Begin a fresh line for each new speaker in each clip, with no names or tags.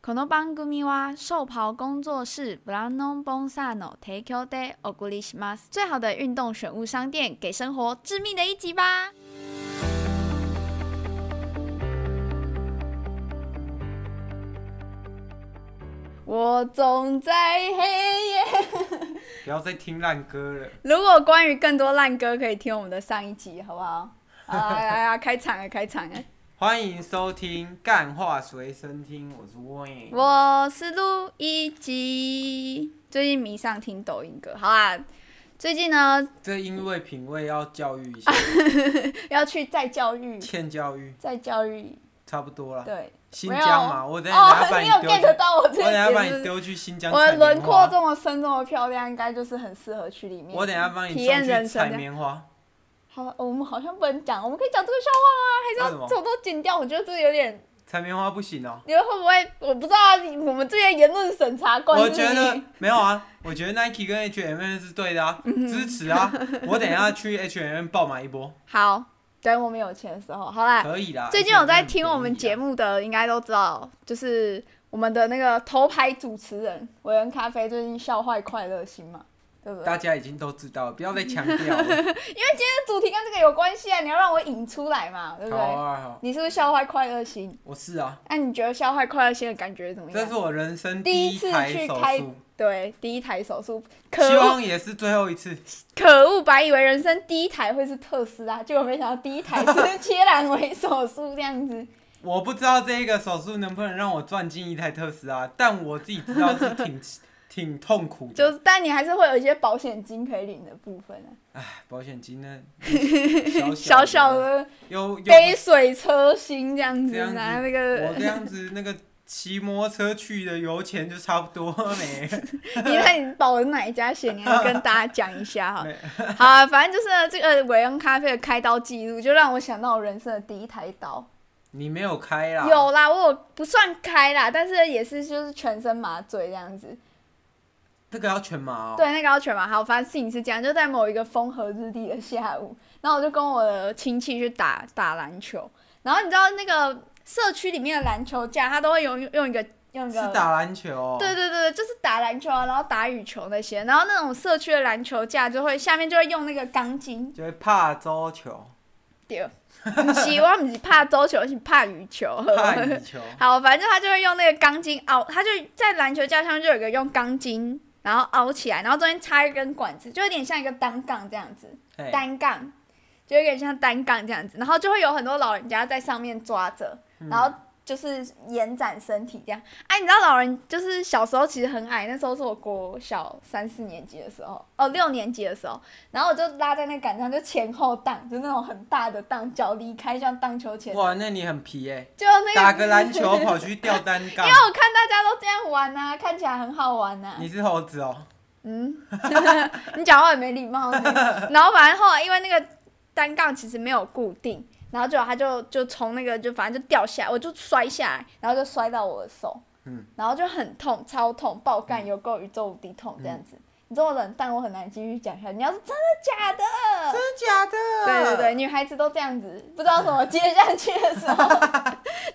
この番組は寿袍工作室ブランドボンサーの提供でお送りします。最好的运动选物商店，给生活致命的一击吧！我总在黑夜。
不要再听烂歌了。
如果关于更多烂歌，可以听我们的上一集，好不好？好啊，来啊，开场了，开场了。
欢迎收听《干话随身听》，我是 Wayne。
我是路一吉，最近迷上听抖音歌，好啊。最近呢，
这因为品味要教育 一下，
要去再教育，
欠教育
再教育，
差不多了。
对。
新疆嘛，
没有
我等下
哦，
把
你
你
有
丢去，
get 到我这
我等下
个
把
点
你
是？
丢去新疆
我
采
的轮
棉
廓
花
这。么深，这么漂亮，应该就是很适合去里面。
我等下帮你
体
送
验人
去
生
采
这样。
棉花。
好了，我们好像不能讲，我们可以讲这个笑话啊
为
吗？还
什
是
么
要这都剪掉？我觉得这有点
采棉花不行哦、
你们会不会？我不知道啊我们这些言论审查官
我
是
觉得没有啊，我觉得 Nike 跟 H&M 是对的啊，
嗯
支持啊。我等下去 H&M 爆买 一波，
好，等我们有钱的时候，好啦。
可以啦。
啊最近有在
H&M
听我们节
便宜
目的，应该都知道，就是我们的那个头牌主持人韦恩咖啡最近笑坏快乐星嘛，对不
啊，
对？
大家已经都知道了，不要再强 调了。
这主题跟这个有关系啊，你要让我引出来嘛，对不
好
对？
啊，好，
你是不是笑坏快乐星？
我是啊。
那、你觉得笑坏快乐星的感觉怎么
这
样
是？我人生
第
第
一次
台
去
手
开
术，
对，第一台手术，可
希
恶
望也是最后一次。
可恶，本来以为人生第一台会是特斯拉，结果没想到第一台 是切兰维手术这样子。
我不知道这个手术能不能让我赚进一台特斯拉，但我自己知道是 挺挺痛苦
就
的。
是，但你还是会有一些保险金可以领的部分啊，
哎，保险金呢？
小
小
小
的，
的
又又
杯水车薪这样子
这样，子
拿那
我这
个，
样子那个骑摩托车去的油钱就差不多没。
你看你保的哪一家险，你要跟大家讲一下 哈。好啊，反正就是呢这个韦恩咖啡的开刀记录，就让我想到我人生的第一台刀。
你没有开啦？
有啦，我有不算开啦，但是也是就是全身麻醉这样子。
这个要全麻哦。
对，那个要全麻。好，反正事情是这样，就在某一个风和日丽的下午，然后我就跟我的亲戚去打打篮球。然后你知道那个社区里面的篮球架，它都会用用一个用一
是
个。
打篮球、哦。
对对对，就是打篮球啊，然后打羽球那些，然后那种社区的篮球架就会下面就会用那个钢筋，
就会怕桌球，
对，不是我不是怕桌球，是怕羽球。
怕羽球。
好，反正他就会用那个钢筋凹，他就在篮球架上面就有一个用钢筋，然后凹起来，然后中间插一根管子，就有点像一个单杠这样子，
嘿
单杠，就有点像单杠这样子，然后就会有很多老人家在上面抓着，
嗯
然后就是延展身体这样。哎、你知道老人就是小时候其实很矮，那时候是我国小三四年级的时候，哦六年级的时候，然后我就拉在那杆子上就前后荡，就那种很大的荡，脚离开像荡秋千，
哇，那你很皮哎、
就那个
打个篮球跑去吊单 杠
因。为我看大家都这样玩呐、看起来很好玩啊呐、
你是猴子哦，
嗯， 你讲话很没礼貌 呢。然后反正后来因为那个单杠其实没有固定，然后就他就就从那个就反正就掉下来，我就摔下来，然后就摔到我的手，
嗯
然后就很痛，超痛，爆干有够宇宙无敌痛这样
嗯
子。你这么冷淡，我很难继续讲下去。你要是真的假的，
真假的？
对对对，，女孩子都这样子，不知道怎么接下去的时 候，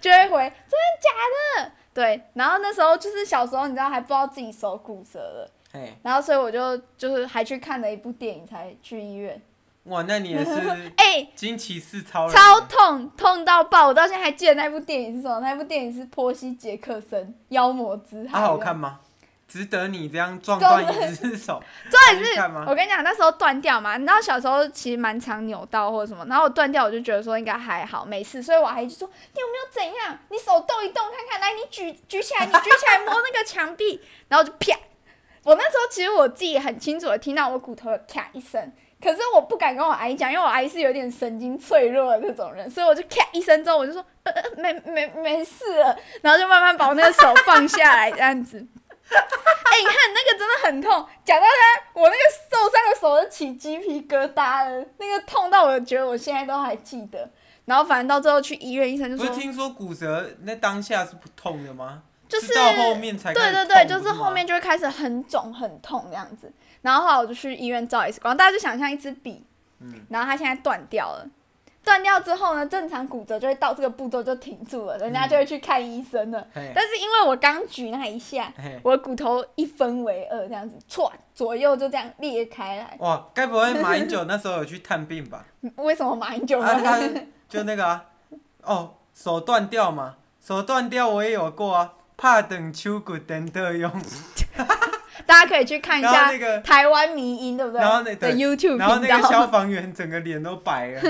就会回真的假的。对，然后那时候就是小时候，你知道还不知道自己手骨折了，
哎，
然后所以我就就是还去看了一部电影才去医院。
哇，那你也是
哎、
惊奇四超人，啊
超痛，痛到爆！我到现在还记得那部电影是什么？那部电影是波西·杰克森《妖魔之海》。
啊，好看吗？值得你这样 撞断一只手？
重点
你
是
看吗，
我跟你讲，那时候断掉嘛，你知道小时候其实蛮常扭到或者什么，然后我断掉，我就觉得说应该还好，没事，所以我还就说你有没有怎样？你手动一动看看，来，你举举起来，你举起来摸那个墙壁，然后就啪。我那时候其实我自己很清楚的听到我骨头有咔一声，可是我不敢跟我阿姨讲，因为我阿姨是有点神经脆弱的那种人，所以我就咔一声之后，我就说呃呃没没没事了，然后就慢慢把我那个手放下来这样子。哎、你看那个真的很痛，讲到他，我那个受伤的手都起鸡皮疙瘩了，那个痛到我觉得我现在都还记得。然后反正到最后去医院，医生就
不
说
是听说骨折那当下是不痛的吗？
就是
到后面才开
对
始
对
痛
对，就是
不吗
后面就会开始很肿很痛这样子。然后后来我就去医院照 X 光，大家就想象一支笔，
嗯
然后它现在断掉了，断掉之后呢，正常骨折就会到这个步骤就停住了，人家就会去看医生了。
嘿，
但是因为我刚举那一下，
嘿，
我骨头一分为二，这样子歘左右就这样裂开来。
哇，该不会马英九那时候有去探病吧？
为什么马英九呢？
啊，他就那个啊，哦，手断掉嘛，手断掉我也有过啊，怕等秋骨等的用，
大家可以去看一
然后
下
那个，
台湾迷音，对不对？
然后那
的
对
YouTube
然后
频
那个消
道。
防员整个脸都白了，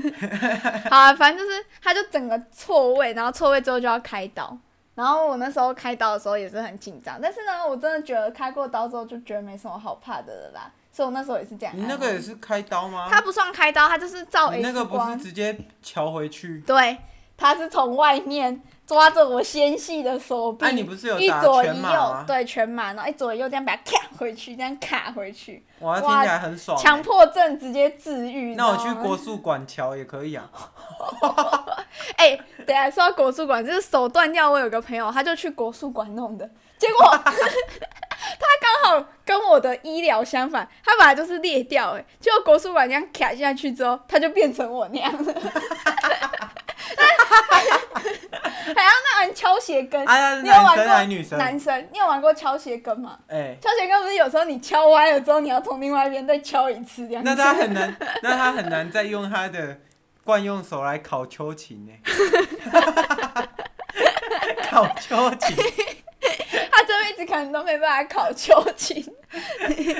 好啊，反正就是他就整个错位，然后错位之后就要开刀。然后我那时候开刀的时候也是很紧张，但是呢，我真的觉得开过刀之后就觉得没什么好怕的了啦，所以我那时候也是这样。
你那个也是开刀吗？
他不算开刀，他就是照
你那
X
个不是
光。
直接敲回去？
对，他是从外面抓着我纤细的手臂，
哎、你不是有
一
打
左
全
一
麻
右，
吗？
对，全麻，然后一左一右这样把它卡回去，这样卡回去，
哇，听
哇
起来很爽、
强
欸。
迫症直接治愈。
那我
你知
去
道吗
国术馆瞧也可以啊。
哎、等一下说到国术馆，就是手断掉，我有个朋友，他就去国术馆弄的，结果 他刚好跟我的医疗相反，他本来就是裂掉、哎，结果国术馆这样卡下去之后，他就变成我那样 了。 还要那玩敲鞋跟，
哎、呀，
你有玩
男生还是
过
女生？
男生，你有玩过敲鞋跟吗？
哎、
敲鞋跟不是有时候你敲歪了之后，你要从另外一边再敲一次这样子。
那他很难，那他很难再用他的惯用手来烤 秋琴呢、烤秋琴，
他这辈子可能都没办法考秋瑾。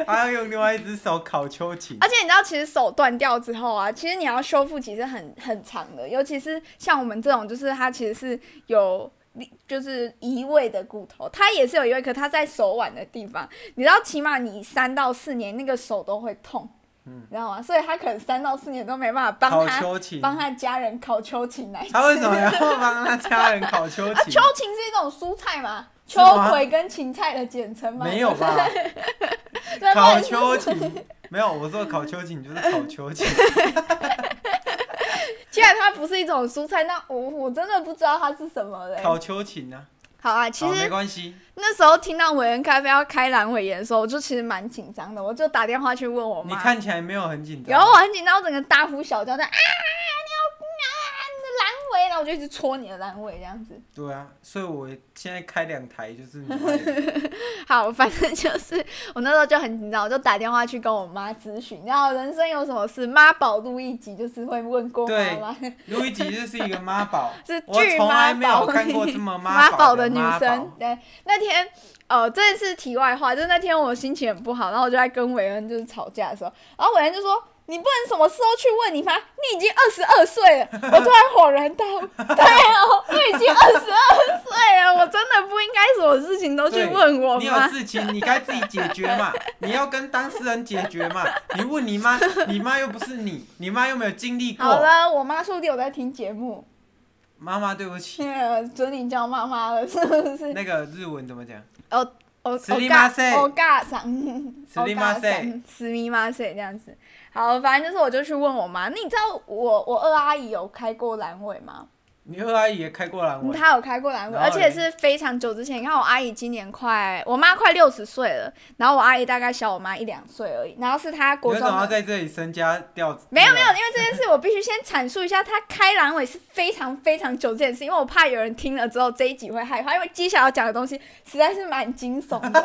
他要用另外一只手烤秋琴。
而且你知道，其实手断掉之后啊，其实你要修复其实很很长的，尤其是像我们这种，就是它其实是有就是移位的骨头，它也是有移位，可它在手腕的地方，你知道，起码你三到四年那个手都会痛，
嗯
你知道吗？所以他可能三到四年都没办法帮
烤
他
秋琴，
帮他家人烤秋芹来吃。
他为什么要帮他家人烤秋
啊，
琴
秋？芹是一种蔬菜嘛？
是
秋
吗
葵跟芹菜的简称嘛？
没有吧？
对，不
烤
然
秋琴没有，我说烤秋琴就是烤 秋琴。
既然它不是一种蔬菜，那我我真的不知道它是什么嘞。
烤秋琴啊，
好啊，其
好没
实
关系。
那时候听到韦恩咖啡要开阑尾炎的时候，我就其实蛮紧张的，我就打电话去问我
你
妈。
看起来没有很紧张。
然后我很紧张，我整个大呼小叫的啊，你要啊，你的阑尾，然后我就一直戳你的阑尾这样子。
对啊，所以我现在开两台就是你爱的。
好，反正就是我那时候就很紧张，我就打电话去跟我妈咨询。然后人生有什么事，妈宝录一集就是会问过妈
对
妈，
路易吉就是一个妈宝，
是
我
巨
从
妈
来没有
宝。
看过这 么
妈
宝
宝的女
妈
生
宝。。
对，那天呃，这是题外话，就是那天我心情很不好，然后我就在跟韦恩就是吵架的时候，然后韦恩就说。你不能什么时候去问你妈，你已经二十二岁了。我突然恍然大悟，对哦，我已经二十二岁了，我真的不应该什么事情都去
对
问我
你有
妈。
事情，你该自己解决嘛，你要跟当事人解 决嘛。你问你妈，你妈又不是你，你妈又没有经历
好
过。
了，我妈说不定有在听节目，
妈妈，对不起，
呃准你叫妈妈了，是不是？
那个日文怎么讲？
哦，
すみません
哦嘎 嗓，
すみま
哦嘎嗓す
せん
みません这样子。好，反正就是我就去问我妈，你知道我我二阿姨有开过阑尾吗？
你二阿姨也开过阑
嗯
尾，
她有开过阑尾，
然后
而且
嘞
是非常久之前。你看我阿姨今年快，我妈快六十岁了，然后我阿姨大概小我妈一两岁而已。然后是她
你
国
为
中
什么要
的。
在这里身家掉？
没有没有，因为这件事我必须先阐述一下，她开阑尾是非常非常久之前的事，因为我怕有人听了之后这一集会害怕，因为接下来要讲的东西实在是蛮惊悚 的。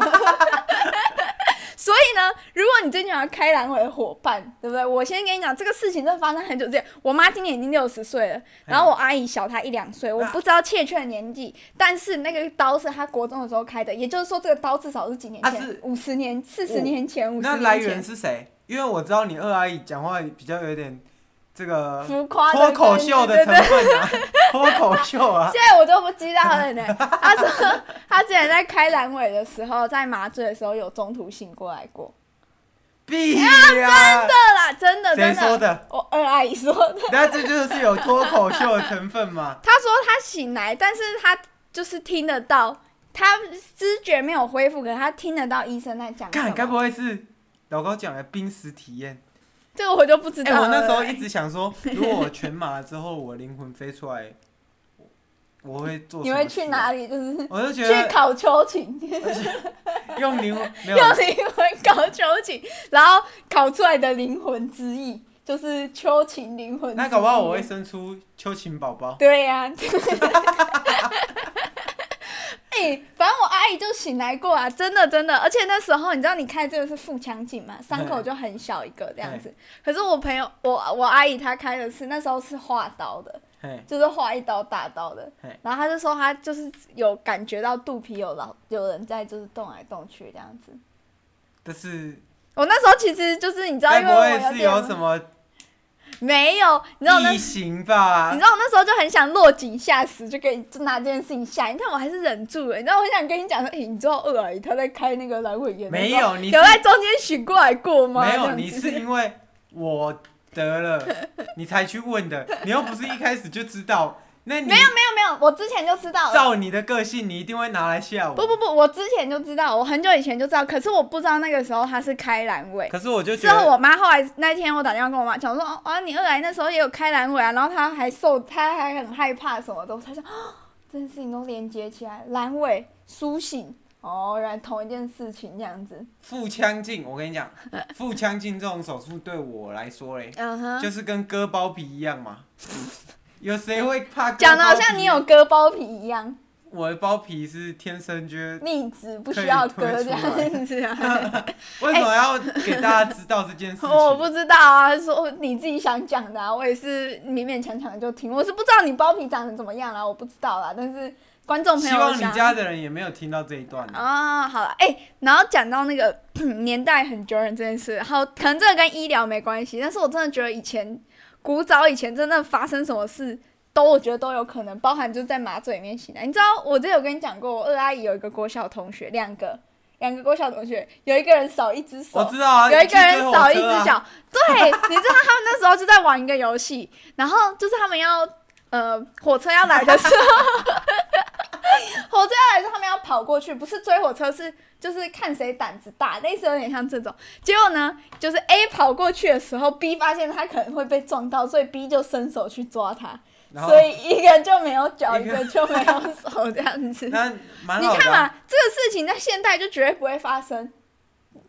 所以呢，如果你最近有要开阑尾的伙伴，对不对？我先跟你讲，这个事情真的发生很久之前。我妈今年已经六十岁
哎
了，然后我阿姨小她一两岁，我不知道确切的年纪，但是那个刀是她国中的时候开的，也就是说这个刀至少是几年
啊
前
是，
五十、年、四十年前、五十
那
年
来
前。
源是谁？因为我知道你二阿姨讲话比较有点这个
浮夸
脱口秀
对
的
对
成分啊，脱口秀啊。
现在我都不知道了呢。他说他之前在开阑尾的时候，在麻醉的时候有中途醒过来过。
必呀、
对啦，啊真的
谁
真
说
的，
的？
我二阿姨说的。
那这就是有脱口秀的成分 嘛？
他说他醒来，但是他就是听得到，他知觉没有恢复，可是他听得到医生在讲什
看，该
么。
不会是老高讲的濒死体验？
这个我就不知
哎、
道了。
我那时候一直想说，如果我全麻了之后，我灵魂飞出来，我我会做什
你
么
会去
事啊
哪？里？就是
我就觉
去
得
考秋 瑾，
用灵魂没 有
用灵魂考秋瑾，然后考出来的灵魂之翼。就是秋情灵魂之一。
那搞不好我会生出秋晴宝宝。
对呀、哎、反正我阿姨就醒来过啊，真的真的，而且那时候你知道，你看这个是腹腔镜嘛，伤口就很小一个这样子。可是我朋友，我我阿姨她开的是那时候是划刀的，
嘿，
就是划一刀大刀的
嘿。
然后她就说她就是有感觉到肚皮有老有人在就是动来动去这样子。
但是
我那时候其实就是你知道，
该
因
不
为我
会
有
是
点
有什么
没有，你知道我那
异形吧
你知？道我那时候就很想落井下石，就给你就拿这件事情吓你。看我还是忍住了，你知道我很想跟你讲说，哎、你知道二阿姨她在开那个阑尾炎的时候，
没有你是
有在中间醒过来过 吗？
没
这
有，
样
你
子
是因为我 得了，你才去问的，你又不是一开始就知道。那你
没有没有没有，我之前就知道了。
照你的个性，你一定会拿来吓我。
不不不，我之前就知道，我很久以前就知道，可是我不知道那个时候她是开阑尾。
可是我就觉
之后
得，
我妈后来那天我打电话跟我妈讲说，哦啊，你二来那时候也有开阑尾啊，然后她还受，她还很害怕什么的，我才想，啊这件事情都连接起来，阑尾苏醒，哦，原来同一件事情这样子。
腹腔镜，我跟你 讲，腹腔镜这种手术对我来说嘞，
嗯哼，
就是跟割包皮一 样嘛。有谁会怕？
讲的好像你有，割包皮一样，
我的包皮是天 生就，
逆子不需要割这样子啊。
为什么要给大家知道这件事情？
我不知道啊，说你自己想讲的啊，我也是勉勉强强就听，我是不知道你包皮长得怎么样啦，我不知道啦，但是观众朋友
希望你
想
家的人也没有听到这一段啊。
啊、好了，哎、然后讲到那个 年代很久远这件事，好，可能这个跟医疗没关系，但是我真的觉得以前古早以前真的发生什么事，都我觉得都有可能，包含就是在麻醉里面醒来。你知道，我之前有跟你讲过，我二阿姨有一个国小同学，两个两个国小同学，有一个人少一只手
我，知道啊，
有一个
去
人
追
少
火
一
车
只
啊
脚。 对，你知道他们那时候就在玩一个游戏，然后就是他们要呃火车要来的时候，火车要来的时候他们要跑过去，不是追火车，是就是看谁胆子大，类似有点像这种。结果呢，就是 A 跑过去的时候，B 发现他可能会被撞到，所以 B 就伸手去抓他，
然后
所以一个就没有脚，
一
一
个
个就没有手，这样子。
那蛮
你
好的啊。
看嘛，这个事情在现代就绝对不会发生，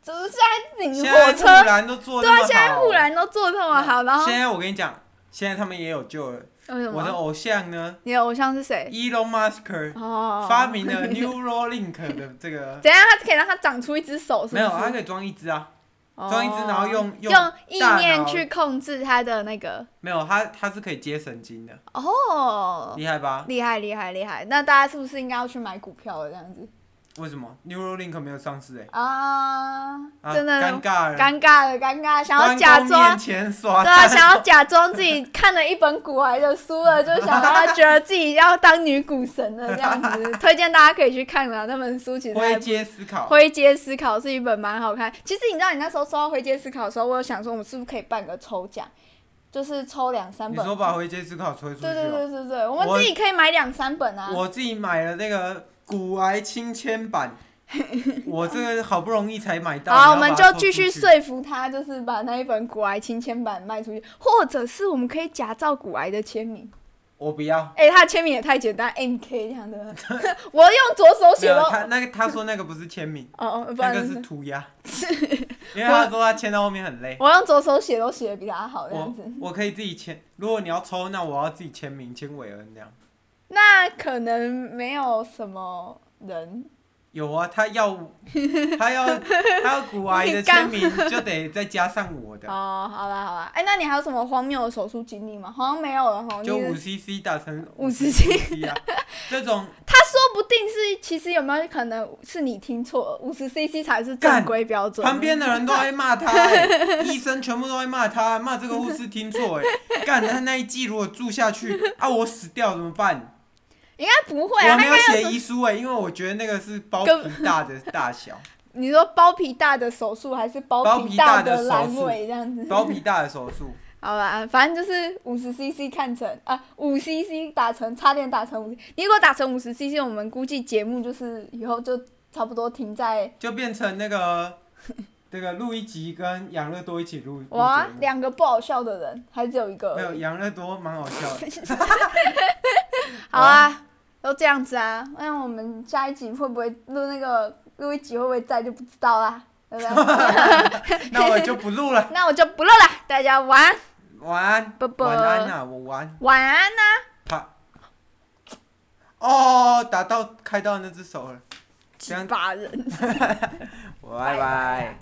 就是现在你
现
火
在
车
护栏都做
对
那
啊，
么好，
现在护栏都做得那么好，然后
现在我跟你讲，现在他们也有救了。
为什
我的
么？
偶像呢
你的偶像是谁？
，Elon Musk
哦，
发明了 Neuralink 的这个，
怎样？他可以让他长出一只手，是不
没
是？
有，它可以装一只啊，
哦
装一只然后用用
用意
大脑
念去控制他的那个
没有，它它是可以接神经的，
哦，
厉害吧？
厉害厉害厉害！那大家是不是应该要去买股票了？这样子
为什么 Neuralink 没有上市哎？
啊，
啊
真的
尴尬了，
尴尬了，尴尬，想要
关
假
公
装
面前耍
对啊，想要假装自己看了一本古来的书 了，就想要觉得自己要当女股神了这样子。推荐大家可以去看啦，那本书其实还
灰
不
阶思考，
灰阶思考是一本蛮好看。其实你知道，你那时候收到灰阶思考的时候，我有想说，我们是不是可以办个抽奖，就是抽两三
你
本。
说把灰阶思考推出去
对对
哦，
对对对，我们自己可以买两三本啊。
我自己买了那个古癌清 铅版。我这个好不容易才买到，
好，我
然后
们
把
就
它
继续
抽出去
说服他，就是把那一本古癌亲签版卖出去，或者是我们可以假造古癌的签名。
我不要。
哎、他的签名也太简单，M K 这样的， 我用左手
没
写
有
我
他那个他说那个不是签名，
哦 哦，不
那
然
个
就是
是 涂鸦，因为他说他签到后面很累。
我用左手写都写的比他好这样
我
子。
我可以自己签，如果你要抽，那我要自己签名签韦恩这样。
那可能没有什么人，
有啊，他 要他要他要古癌的签名，就得再加上我的，
哦，好啦好啦，哎、那你还有什么荒谬的手术经历吗？好像没有了哈。
就
你
五 CC 打成
五
CC 啊，这种
他说不定是，其实有没有可能是你听错了，五十 CC 才是正
干
规标准。
旁边的人都在 骂他、欸，医生全部都在骂他，骂这个护士听错哎、 干他那一季如果住下去啊，我死掉怎么办？
应该不会啊，他
我没
应
有
该有
写
什么
遗书哎、因为我觉得那个是包
根
皮大的 大小，
你说包皮大的手术还是包
包
皮
皮
大
大
的
的
阑
手术
尾这样子？
包皮大的手术。
好啦，反正就是五十 CC 看成啊，五 CC 打成，差点打成五。你如果打成五十 CC，我们估计节目就是以后就差不多停在
就变成那个这个录一集跟养乐多一起录。录
哇
节目
两个不好笑的人，还只有一个
没
而
有
已。
养乐多蛮好笑 的，
好啊，都这样子啊。那我们下一集会不会录那个录一集会不会在就不知道啦。对不 对？
那我就不录了，
那我就不录了，大家晚安，
晚安，
啵啵
晚安啊，我晚安。
晚安啊呐、
啪！哦，打到开到那只手了，这
几
样
把人。
拜
拜
拜
拜。